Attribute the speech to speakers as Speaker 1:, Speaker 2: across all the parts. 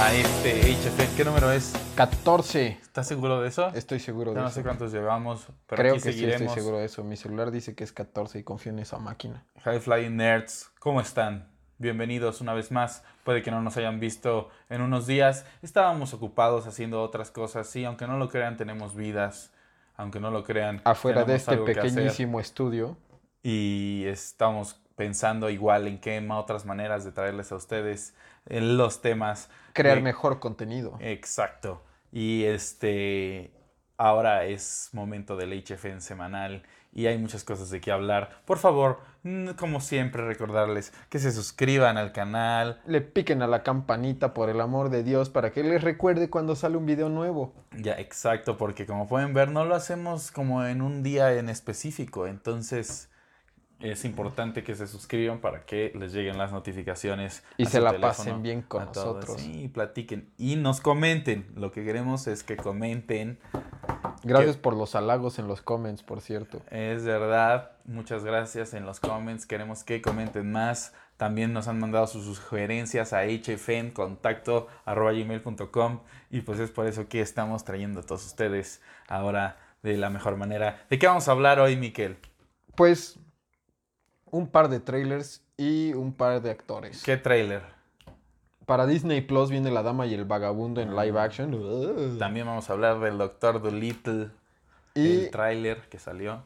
Speaker 1: a este HF. ¿Qué número es?
Speaker 2: 14.
Speaker 1: ¿Estás seguro de eso?
Speaker 2: Estoy seguro
Speaker 1: Ya
Speaker 2: de
Speaker 1: Ah. no
Speaker 2: eso.
Speaker 1: sé cuántos llevamos, pero
Speaker 2: Creo
Speaker 1: aquí
Speaker 2: que sí, estoy
Speaker 1: seguiremos.
Speaker 2: seguro de eso. Mi celular dice que es 14 y confío en esa máquina.
Speaker 1: High Flying Nerds, ¿cómo están? Bienvenidos una vez más. Puede que no nos hayan visto en unos días. Estábamos ocupados haciendo otras cosas. Sí, aunque no lo crean, tenemos vidas. Aunque no lo crean,
Speaker 2: Afuera de
Speaker 1: tenemos
Speaker 2: este
Speaker 1: algo que hacer.
Speaker 2: pequeñísimo estudio.
Speaker 1: y estamos pensando igual en qué ma- otras maneras de traerles a ustedes eh, los temas.
Speaker 2: Crear
Speaker 1: de-
Speaker 2: mejor contenido.
Speaker 1: Exacto. Y este ahora es momento del HFN semanal y hay muchas cosas de qué hablar. Por favor, mm, como siempre recordarles que se suscriban al canal.
Speaker 2: Le piquen a la campanita por el amor de Dios para que les recuerde cuando sale un video nuevo.
Speaker 1: Ya, exacto, porque como pueden ver no lo hacemos como en un día en específico, entonces es importante que se suscriban para que les lleguen las notificaciones
Speaker 2: Y
Speaker 1: a
Speaker 2: se
Speaker 1: su
Speaker 2: la
Speaker 1: teléfono.
Speaker 2: pasen bien con
Speaker 1: a todos,
Speaker 2: nosotros.
Speaker 1: sí, y platiquen y nos comenten. Lo que queremos es que comenten.
Speaker 2: Gracias por los halagos en los comments, por cierto.
Speaker 1: Es verdad. Muchas gracias en los comments. Queremos que comenten más. También nos han mandado sus sugerencias a hfncontacto.gmail.com y pues es por eso que estamos trayendo a todos ustedes ahora de la mejor manera. ¿De qué vamos a hablar hoy, Miquel?
Speaker 2: Pues un par de trailers y un par de actores.
Speaker 1: ¿Qué tráiler?
Speaker 2: Para Disney Plus viene La Dama y el Vagabundo en
Speaker 1: Mm.
Speaker 2: live action.
Speaker 1: También vamos a hablar del Doctor Dolittle,
Speaker 2: Y
Speaker 1: el tráiler que salió.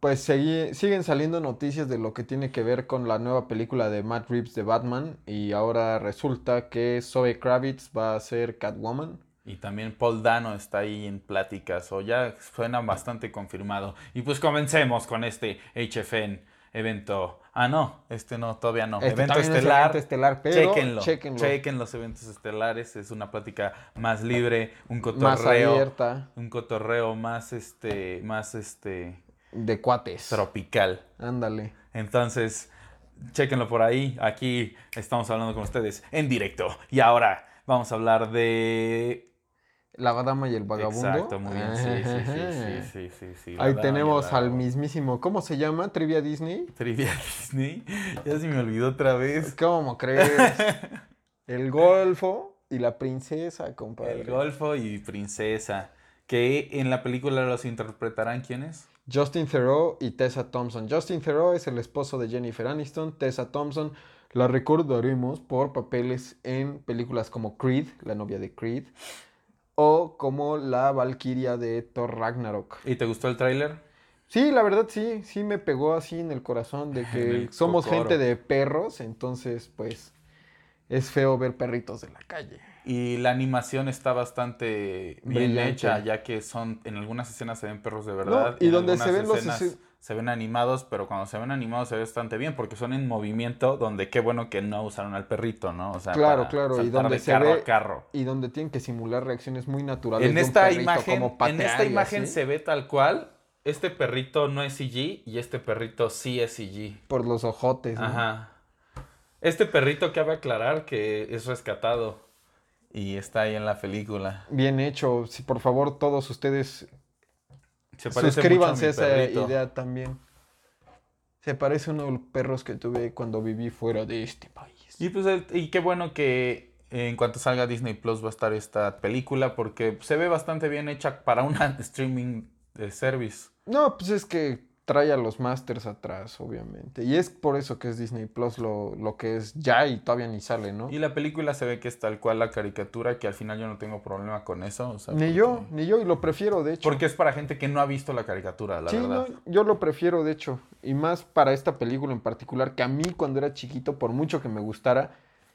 Speaker 2: pues segui- siguen saliendo noticias de lo que tiene que ver con la nueva película de Matt Reeves de Batman. Y ahora resulta que Zoe Kravitz va a ser Catwoman.
Speaker 1: Y también Paul Dano está ahí en pláticas, o ya suena bastante confirmado. Y pues comencemos con este HFN evento. Ah, no, este no, todavía no.
Speaker 2: Este
Speaker 1: evento
Speaker 2: también es
Speaker 1: estelar.
Speaker 2: evento estelar, pero
Speaker 1: Chequenlo,
Speaker 2: chéquenlo.
Speaker 1: chequen los eventos estelares. Es una plática más libre, un
Speaker 2: Más
Speaker 1: cotorreo.
Speaker 2: abierta
Speaker 1: Un cotorreo más este. más este.
Speaker 2: de cuates.
Speaker 1: tropical.
Speaker 2: Ándale.
Speaker 1: Entonces, chéquenlo por ahí. Aquí estamos hablando con ustedes en directo. Y ahora vamos a hablar de
Speaker 2: La Dama y el Vagabundo.
Speaker 1: Exacto, muy bien. Sí, sí,
Speaker 2: Ajá.
Speaker 1: sí, sí, sí, sí, sí, la
Speaker 2: Ahí
Speaker 1: dama y
Speaker 2: tenemos
Speaker 1: el
Speaker 2: al
Speaker 1: vagabundo.
Speaker 2: mismísimo, ¿cómo se llama? Trivia Disney.
Speaker 1: Trivia Disney. Ya se me olvidó otra vez.
Speaker 2: ¿Cómo crees? El golfo y la princesa, compadre.
Speaker 1: El golfo y princesa. Que en la película los interpretarán quiénes?
Speaker 2: Justin Theroux y Tessa Thompson. Justin Theroux es el esposo de Jennifer Aniston. Tessa Thompson la recordaremos por papeles en películas como Creed, la novia de Creed, o como la Valquiria de Thor Ragnarok.
Speaker 1: ¿Y te gustó el tráiler?
Speaker 2: Sí, la verdad sí, sí me pegó así en el corazón de
Speaker 1: En
Speaker 2: que
Speaker 1: el
Speaker 2: somos
Speaker 1: cocoro.
Speaker 2: gente de perros, entonces pues es feo ver perritos de la calle.
Speaker 1: Y la animación está bastante bien
Speaker 2: Brillante.
Speaker 1: hecha, ya que son en algunas escenas se ven perros de verdad.
Speaker 2: y
Speaker 1: en
Speaker 2: donde se
Speaker 1: algunas
Speaker 2: ven los
Speaker 1: escenas
Speaker 2: esce-
Speaker 1: se ven animados, pero cuando se ven animados se ve bastante bien porque son en movimiento, donde qué bueno que no usaron al perrito, ¿no? O sea,
Speaker 2: Claro,
Speaker 1: para
Speaker 2: claro, y
Speaker 1: saltar
Speaker 2: donde
Speaker 1: de
Speaker 2: se
Speaker 1: carro a
Speaker 2: ve-
Speaker 1: carro.
Speaker 2: Y donde tienen que simular reacciones muy naturales.
Speaker 1: En
Speaker 2: de un
Speaker 1: esta,
Speaker 2: perrito,
Speaker 1: imagen,
Speaker 2: como patear
Speaker 1: en esta
Speaker 2: y
Speaker 1: imagen
Speaker 2: así,
Speaker 1: se ve tal cual. Este perrito no es CG y este perrito sí es CG.
Speaker 2: Por los ojotes. ¿no?
Speaker 1: Ajá. Este perrito cabe aclarar que es rescatado. Y está ahí en la película.
Speaker 2: Bien hecho. Si por favor todos ustedes
Speaker 1: Se parece
Speaker 2: suscríbanse a
Speaker 1: mucho a
Speaker 2: esa
Speaker 1: mi perrito.
Speaker 2: idea también. Se parece a uno de los perros que tuve cuando viví fuera de este país.
Speaker 1: Y pues el- y qué bueno que eh, en cuanto salga Disney Plus va a estar esta película porque se ve bastante bien hecha para una streaming de service.
Speaker 2: No, pues es que trae a los masters atrás, obviamente. Y es por eso que es Disney Plus lo, lo que es ya y todavía ni sale, ¿no?
Speaker 1: Y la película se ve que es tal cual la caricatura, que al final yo no tengo problema con eso. o sea,
Speaker 2: Ni
Speaker 1: porque-
Speaker 2: yo, ni yo, y lo prefiero, de hecho.
Speaker 1: Porque es para gente que no ha visto la caricatura, la
Speaker 2: sí,
Speaker 1: verdad.
Speaker 2: no, yo lo prefiero, de hecho. Y más para esta película en particular, que a mí cuando era chiquito, por mucho que me gustara,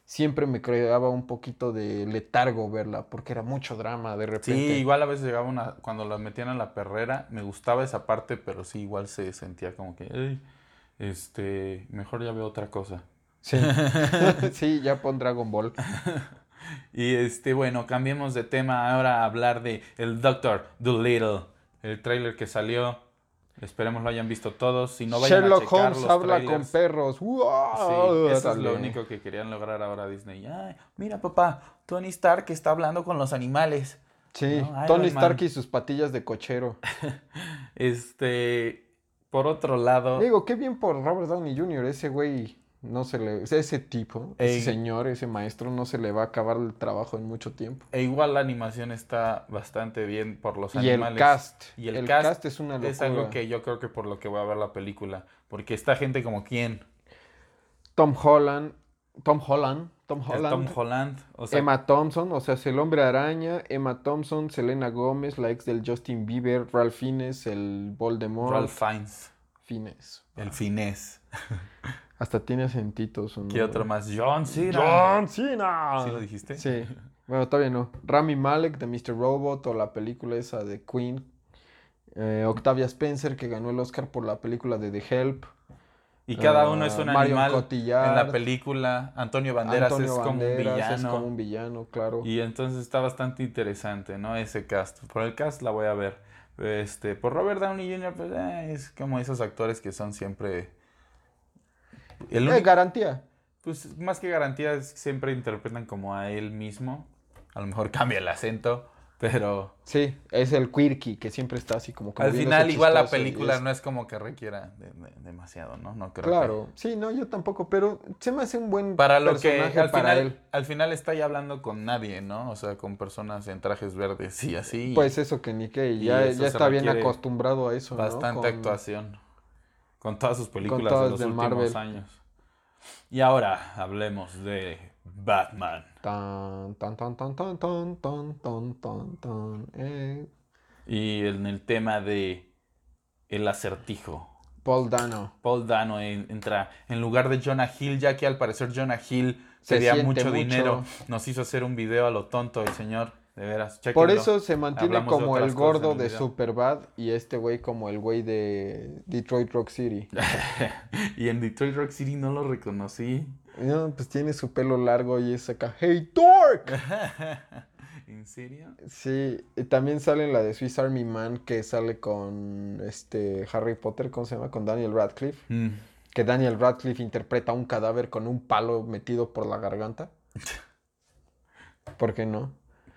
Speaker 2: siempre me creaba un poquito de letargo verla, porque era mucho drama de
Speaker 1: Sí,
Speaker 2: repente.
Speaker 1: igual a veces llegaba una. Cuando la metían a la perrera, me gustaba esa parte, pero sí, igual se sentía como que. "Ey, este. Mejor ya veo otra cosa.
Speaker 2: Sí. Sí, ya pon Dragon Ball.
Speaker 1: Y este, bueno, cambiemos de tema ahora a hablar de el Doctor Dolittle. El tráiler que salió. Esperemos lo hayan visto todos. Si no vayan a
Speaker 2: Sherlock
Speaker 1: checar
Speaker 2: Holmes
Speaker 1: los
Speaker 2: habla con
Speaker 1: trailers.
Speaker 2: perros.
Speaker 1: Sí, eso es
Speaker 2: Órale.
Speaker 1: lo único que querían lograr ahora Disney. Ay, mira, papá, Tony Stark está hablando con los animales.
Speaker 2: Sí,
Speaker 1: ¿no? Iron
Speaker 2: Tony
Speaker 1: Man.
Speaker 2: Stark y sus patillas de cochero.
Speaker 1: Este, por otro lado,
Speaker 2: Digo, qué bien por Robert Downey Jr., ese güey no se le, ese tipo,
Speaker 1: Ey.
Speaker 2: ese señor, ese maestro, no se le va a acabar el trabajo en mucho tiempo.
Speaker 1: E igual la animación está bastante bien por los
Speaker 2: Y
Speaker 1: animales.
Speaker 2: el cast.
Speaker 1: Y el
Speaker 2: cast,
Speaker 1: cast
Speaker 2: es una locura.
Speaker 1: Es algo que yo creo que por lo que voy a ver la película. Porque está gente como quién.
Speaker 2: Tom Holland, Tom Holland, Tom
Speaker 1: El
Speaker 2: Holland,
Speaker 1: Tom Holland. O sea,
Speaker 2: Emma Thompson, o sea, es el hombre araña, Emma Thompson, Selena Gómez, la ex del Justin Bieber, Ralph Fiennes, el Voldemort,
Speaker 1: Ralph Fiennes.
Speaker 2: Fiennes.
Speaker 1: El finés.
Speaker 2: Hasta tiene acentitos. ¿no?
Speaker 1: ¿Qué otro más? John Cena.
Speaker 2: John Cena.
Speaker 1: ¿Sí lo dijiste?
Speaker 2: Sí. Bueno, todavía no. Rami Malek de Mr. Robot o la película esa de Queen. Eh, Octavia Spencer que ganó el Oscar por la película de The Help.
Speaker 1: Y cada uno es
Speaker 2: Ah,
Speaker 1: un
Speaker 2: Marion
Speaker 1: animal en la
Speaker 2: Cotillard.
Speaker 1: película. Antonio Banderas
Speaker 2: Antonio
Speaker 1: es como un
Speaker 2: Banderas
Speaker 1: villano.
Speaker 2: Es como un villano, claro.
Speaker 1: Y entonces está bastante interesante, ¿no? Ese cast. Por el cast la voy a ver. Este, por Robert Downey Jr., pues eh, es como esos actores que son siempre. El
Speaker 2: Eh,
Speaker 1: único-
Speaker 2: garantía.
Speaker 1: pues más que garantías, siempre interpretan como a él mismo. A lo mejor cambia el acento, pero
Speaker 2: Sí, es el quirky que siempre está así como... como
Speaker 1: al
Speaker 2: viéndose
Speaker 1: final igual la
Speaker 2: chistoso y
Speaker 1: película
Speaker 2: es-
Speaker 1: no es como que requiera de- de- demasiado, ¿no? No creo que-
Speaker 2: Claro, sí, no, yo tampoco, pero se me hace un buen
Speaker 1: Para lo que
Speaker 2: personaje
Speaker 1: al
Speaker 2: para
Speaker 1: final,
Speaker 2: él.
Speaker 1: al final está ya hablando con nadie, ¿no? O sea, con personas en trajes verdes y así. y
Speaker 2: Pues eso que ni que
Speaker 1: y
Speaker 2: ya,
Speaker 1: eso
Speaker 2: ya
Speaker 1: se
Speaker 2: está bien
Speaker 1: requiere
Speaker 2: acostumbrado a eso, ¿no?
Speaker 1: Bastante
Speaker 2: Con-
Speaker 1: actuación. Con todas sus películas
Speaker 2: todas
Speaker 1: de los
Speaker 2: de
Speaker 1: últimos
Speaker 2: Marvel.
Speaker 1: años. Y ahora hablemos de Batman.
Speaker 2: Tan, tan, tan, tan, tan, tan, tan, tan, tan, tan, eh.
Speaker 1: Y en el tema de El acertijo.
Speaker 2: Paul Dano.
Speaker 1: Paul Dano en- entra en lugar de Jonah Hill, ya que al parecer Jonah Hill
Speaker 2: Se
Speaker 1: pedía
Speaker 2: siente
Speaker 1: mucho
Speaker 2: mucho.
Speaker 1: dinero. Nos hizo hacer un video a lo tonto el señor. De veras,
Speaker 2: Por
Speaker 1: chéquenlo.
Speaker 2: eso se mantiene
Speaker 1: Hablamos de
Speaker 2: como
Speaker 1: otras
Speaker 2: el
Speaker 1: cosas
Speaker 2: gordo
Speaker 1: en el
Speaker 2: de
Speaker 1: video.
Speaker 2: Superbad y este güey como el güey de Detroit Rock City.
Speaker 1: y en Detroit Rock City no lo reconocí.
Speaker 2: No, pues tiene su pelo largo y es acá, ¡Hey, Torque!
Speaker 1: ¿En serio?
Speaker 2: Sí, y también sale en la de Swiss Army Man que sale con este Harry Potter, ¿cómo se llama? Con Daniel Radcliffe.
Speaker 1: Mm.
Speaker 2: Que Daniel Radcliffe interpreta un cadáver con un palo metido por la garganta. ¿Por qué no?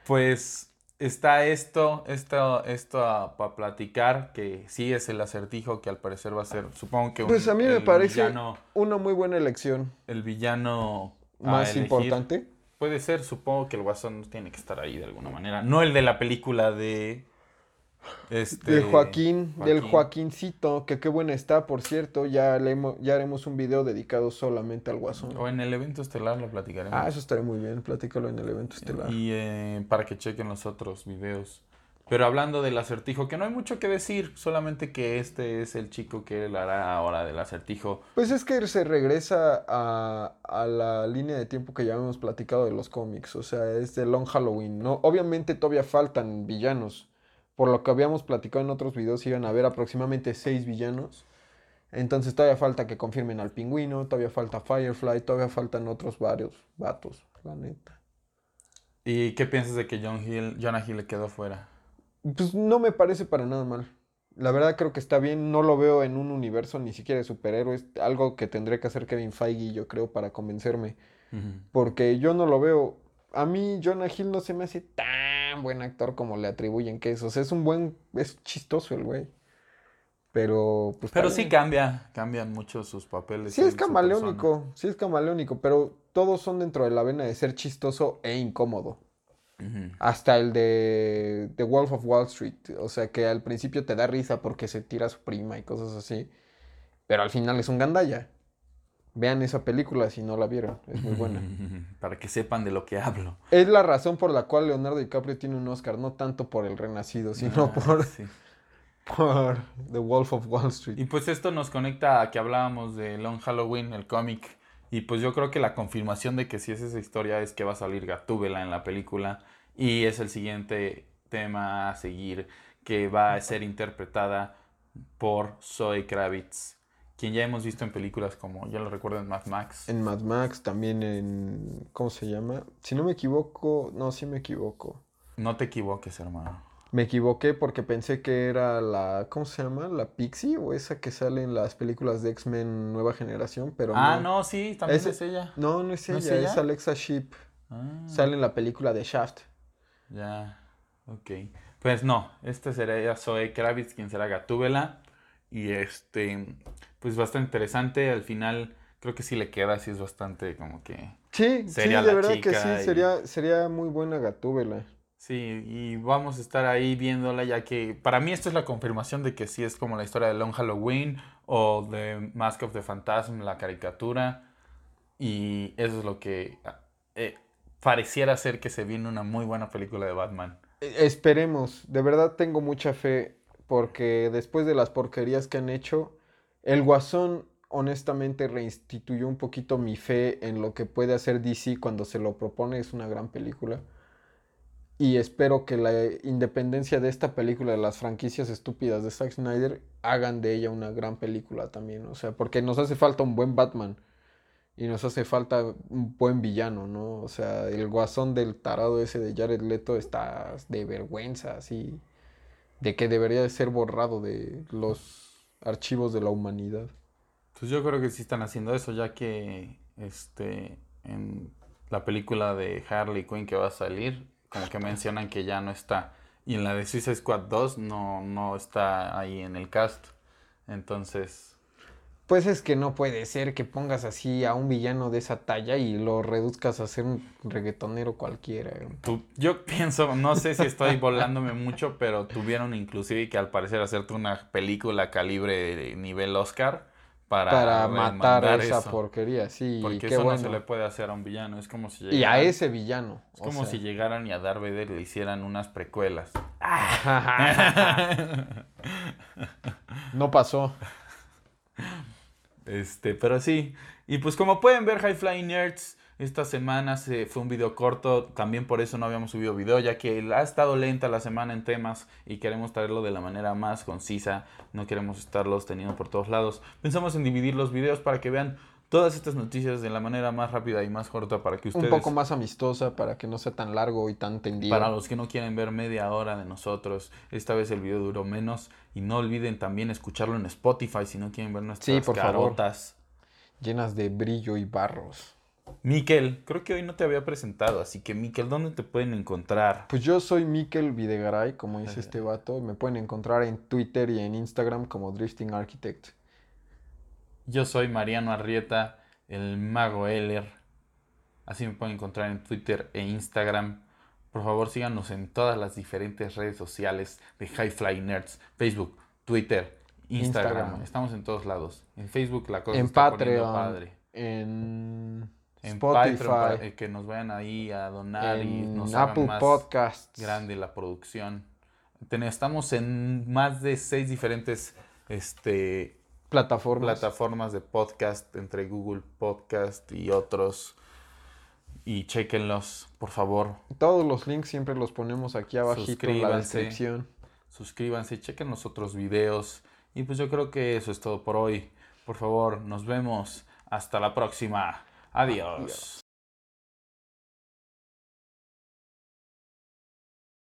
Speaker 1: Pues está esto, esto, esto para platicar, que sí es el acertijo que al parecer va a ser, supongo que un-
Speaker 2: Pues a mí me
Speaker 1: el
Speaker 2: parece
Speaker 1: villano,
Speaker 2: una muy buena elección.
Speaker 1: el villano a
Speaker 2: Más
Speaker 1: elegir.
Speaker 2: importante.
Speaker 1: Puede ser, supongo que el Guasón tiene que estar ahí de alguna manera, no el de la película de este
Speaker 2: De Joaquín, del Joaquincito, que qué buena está, por cierto. Ya, leemo- ya haremos un video dedicado solamente al Guasón.
Speaker 1: O en el evento estelar lo platicaremos.
Speaker 2: Ah, eso estaría muy bien, platícalo en el evento estelar.
Speaker 1: Y eh, para que chequen los otros videos. Pero hablando del acertijo, que no hay mucho que decir, solamente que este es el chico que él hará ahora del acertijo.
Speaker 2: Pues es que se regresa a, a la línea de tiempo que ya hemos platicado de los cómics, o sea, es de Long Halloween, ¿no? Obviamente todavía faltan villanos, por lo que habíamos platicado en otros videos iban a haber aproximadamente seis villanos, entonces todavía falta que confirmen al pingüino, todavía falta Firefly, todavía faltan otros varios vatos, la neta.
Speaker 1: ¿Y qué piensas de que John Hill, Jonah Hill le quedó fuera?
Speaker 2: Pues no me parece para nada mal. La verdad creo que está bien, no lo veo en un universo ni siquiera de superhéroes, algo que tendría que hacer Kevin Feige, yo creo, para convencerme. Porque yo no lo veo. A mí Jonah Hill no se me hace tan buen actor como le atribuyen que es. O sea, es un buen... Es chistoso el güey. Pero... Pues,
Speaker 1: Pero
Speaker 2: está
Speaker 1: sí
Speaker 2: bien.
Speaker 1: cambia, cambian mucho sus papeles.
Speaker 2: Sí es
Speaker 1: en su
Speaker 2: camaleónico. Sí es camaleónico. Pero todos son dentro de la vena de ser chistoso e incómodo.
Speaker 1: persona. Ujú.
Speaker 2: Hasta el de The Wolf of Wall Street. O sea, que al principio te da risa porque se tira a su prima y cosas así. Pero al final es un gandalla. Vean esa película si no la vieron. Es muy buena.
Speaker 1: Para que sepan de lo que hablo.
Speaker 2: Es la razón por la cual Leonardo DiCaprio tiene un Oscar, no tanto por El Renacido, sino
Speaker 1: Ah,
Speaker 2: por,
Speaker 1: sí.
Speaker 2: por The Wolf of Wall Street.
Speaker 1: Y pues esto nos conecta a que hablábamos de Long Halloween, el cómic. Y pues yo creo que la confirmación de que si es esa historia es que va a salir Gatúbela en la película. Y es el siguiente tema a seguir, que va a ser interpretada por Zoe Kravitz, quien ya hemos visto en películas como, ya lo recuerdo en Mad Max.
Speaker 2: En Mad Max, también en... ¿Cómo se llama? Si no me equivoco, no, sí me equivoco.
Speaker 1: No te equivoques, hermano.
Speaker 2: Me equivoqué porque pensé que era la... ¿Cómo se llama? ¿La Pixie? ¿O esa que sale en las películas de X-Men Nueva Generación? Pero
Speaker 1: Ah, no, sí, también
Speaker 2: Ese-
Speaker 1: es ella.
Speaker 2: No, no es
Speaker 1: ¿No
Speaker 2: ella,
Speaker 1: es
Speaker 2: es,
Speaker 1: ella?
Speaker 2: Alexa Sheep.
Speaker 1: Ah.
Speaker 2: Sale en la película de Shaft.
Speaker 1: Ya, ok. Pues no, este será Zoe Kravitz, quien será Gatúbela. Y este, pues bastante interesante. Al final creo que sí le queda, sí es bastante como que...
Speaker 2: Sí,
Speaker 1: Sería
Speaker 2: sí, de
Speaker 1: la
Speaker 2: verdad que
Speaker 1: chica
Speaker 2: sí,
Speaker 1: y-
Speaker 2: sería, sería muy buena Gatúbela.
Speaker 1: Sí, y vamos a estar ahí viéndola ya que para mí esto es la confirmación de que sí es como la historia de Long Halloween o de Mask of the Phantasm, la caricatura. Y eso es lo que eh, pareciera ser que se viene una muy buena película de Batman.
Speaker 2: Eh, Esperemos, de verdad tengo mucha fe, porque después de las porquerías que han hecho, el Guasón honestamente reinstituyó un poquito mi fe en lo que puede hacer DC cuando se lo propone, es una gran película. Y espero que la independencia de esta película de las franquicias estúpidas de Zack Snyder hagan de ella una gran película también, o sea, porque nos hace falta un buen Batman. Y nos hace falta un buen villano, ¿no? O sea, el guasón del tarado ese de Jared Leto está de vergüenza, así. De que debería de ser borrado de los archivos de la humanidad.
Speaker 1: Pues yo creo que sí están haciendo eso, ya que este en la película de Harley Quinn que va a salir, como que mencionan que ya no está. Y en la de Suicide Squad 2 no, no está ahí en el cast. Entonces,
Speaker 2: Pues es que no puede ser que pongas así a un villano de esa talla y lo reduzcas a ser un reggaetonero cualquiera. ¿eh? güey.
Speaker 1: tu- yo pienso, no sé si estoy volándome mucho, pero tuvieron inclusive que al parecer hacerte una película calibre de nivel Oscar para,
Speaker 2: Para matar
Speaker 1: demandar
Speaker 2: esa
Speaker 1: eso.
Speaker 2: porquería, sí. y
Speaker 1: Porque
Speaker 2: qué
Speaker 1: eso no se
Speaker 2: bueno.
Speaker 1: le puede hacer a un villano, es como si
Speaker 2: Y a
Speaker 1: llegaran-
Speaker 2: ese villano.
Speaker 1: Es como si llegaran y a Darth Vader le hicieran unas precuelas.
Speaker 2: no pasó.
Speaker 1: Este, pero sí. Y pues como pueden ver, High Flying Nerds, esta semana se, fue un video corto. También por eso no habíamos subido video, ya que ha estado lenta la semana en temas y queremos traerlo de la manera más concisa. No queremos estarlos teniendo por todos lados. Pensamos en dividir los videos para que vean todas estas noticias de la manera más rápida y más corta para que ustedes...
Speaker 2: un poco más amistosa para que no sea tan largo y tan tendido.
Speaker 1: Para los que no quieren ver media hora de nosotros, esta vez el video duró menos. Y no olviden también escucharlo en Spotify si no quieren ver nuestras
Speaker 2: Sí, por favor.
Speaker 1: carotas.
Speaker 2: Llenas de brillo y barros.
Speaker 1: Miquel, creo que hoy no te había presentado, así que Miquel, ¿dónde te pueden encontrar?
Speaker 2: Pues yo soy Mikel Videgaray, como dice
Speaker 1: Ajá.
Speaker 2: este vato, y me pueden encontrar en Twitter y en Instagram como Drifting Architect.
Speaker 1: Yo soy Mariano Arrieta, el mago Heller. Así me pueden encontrar en Twitter e Instagram. Por favor, síganos en todas las diferentes redes sociales de High Fly Nerds, Facebook, Twitter, Instagram.
Speaker 2: Instagram.
Speaker 1: Estamos en todos lados. En Facebook la cosa
Speaker 2: En
Speaker 1: está poniendo
Speaker 2: Patreon,
Speaker 1: padre.
Speaker 2: En,
Speaker 1: en
Speaker 2: Spotify,
Speaker 1: Patreon para, eh, que nos vayan ahí a donar y
Speaker 2: en
Speaker 1: nos hagan
Speaker 2: Apple
Speaker 1: más
Speaker 2: Podcasts.
Speaker 1: grande la producción. Ten- Estamos en más de seis diferentes este,
Speaker 2: Plataformas.
Speaker 1: plataformas de podcast, entre Google Podcast y otros. Y chequenlos, por favor.
Speaker 2: Todos los links siempre los ponemos aquí abajito en la
Speaker 1: Suscríbanse.
Speaker 2: descripción.
Speaker 1: Suscríbanse, chequen los otros videos. Y pues yo creo que eso es todo por hoy. Por favor, nos vemos. Hasta la próxima. Adiós.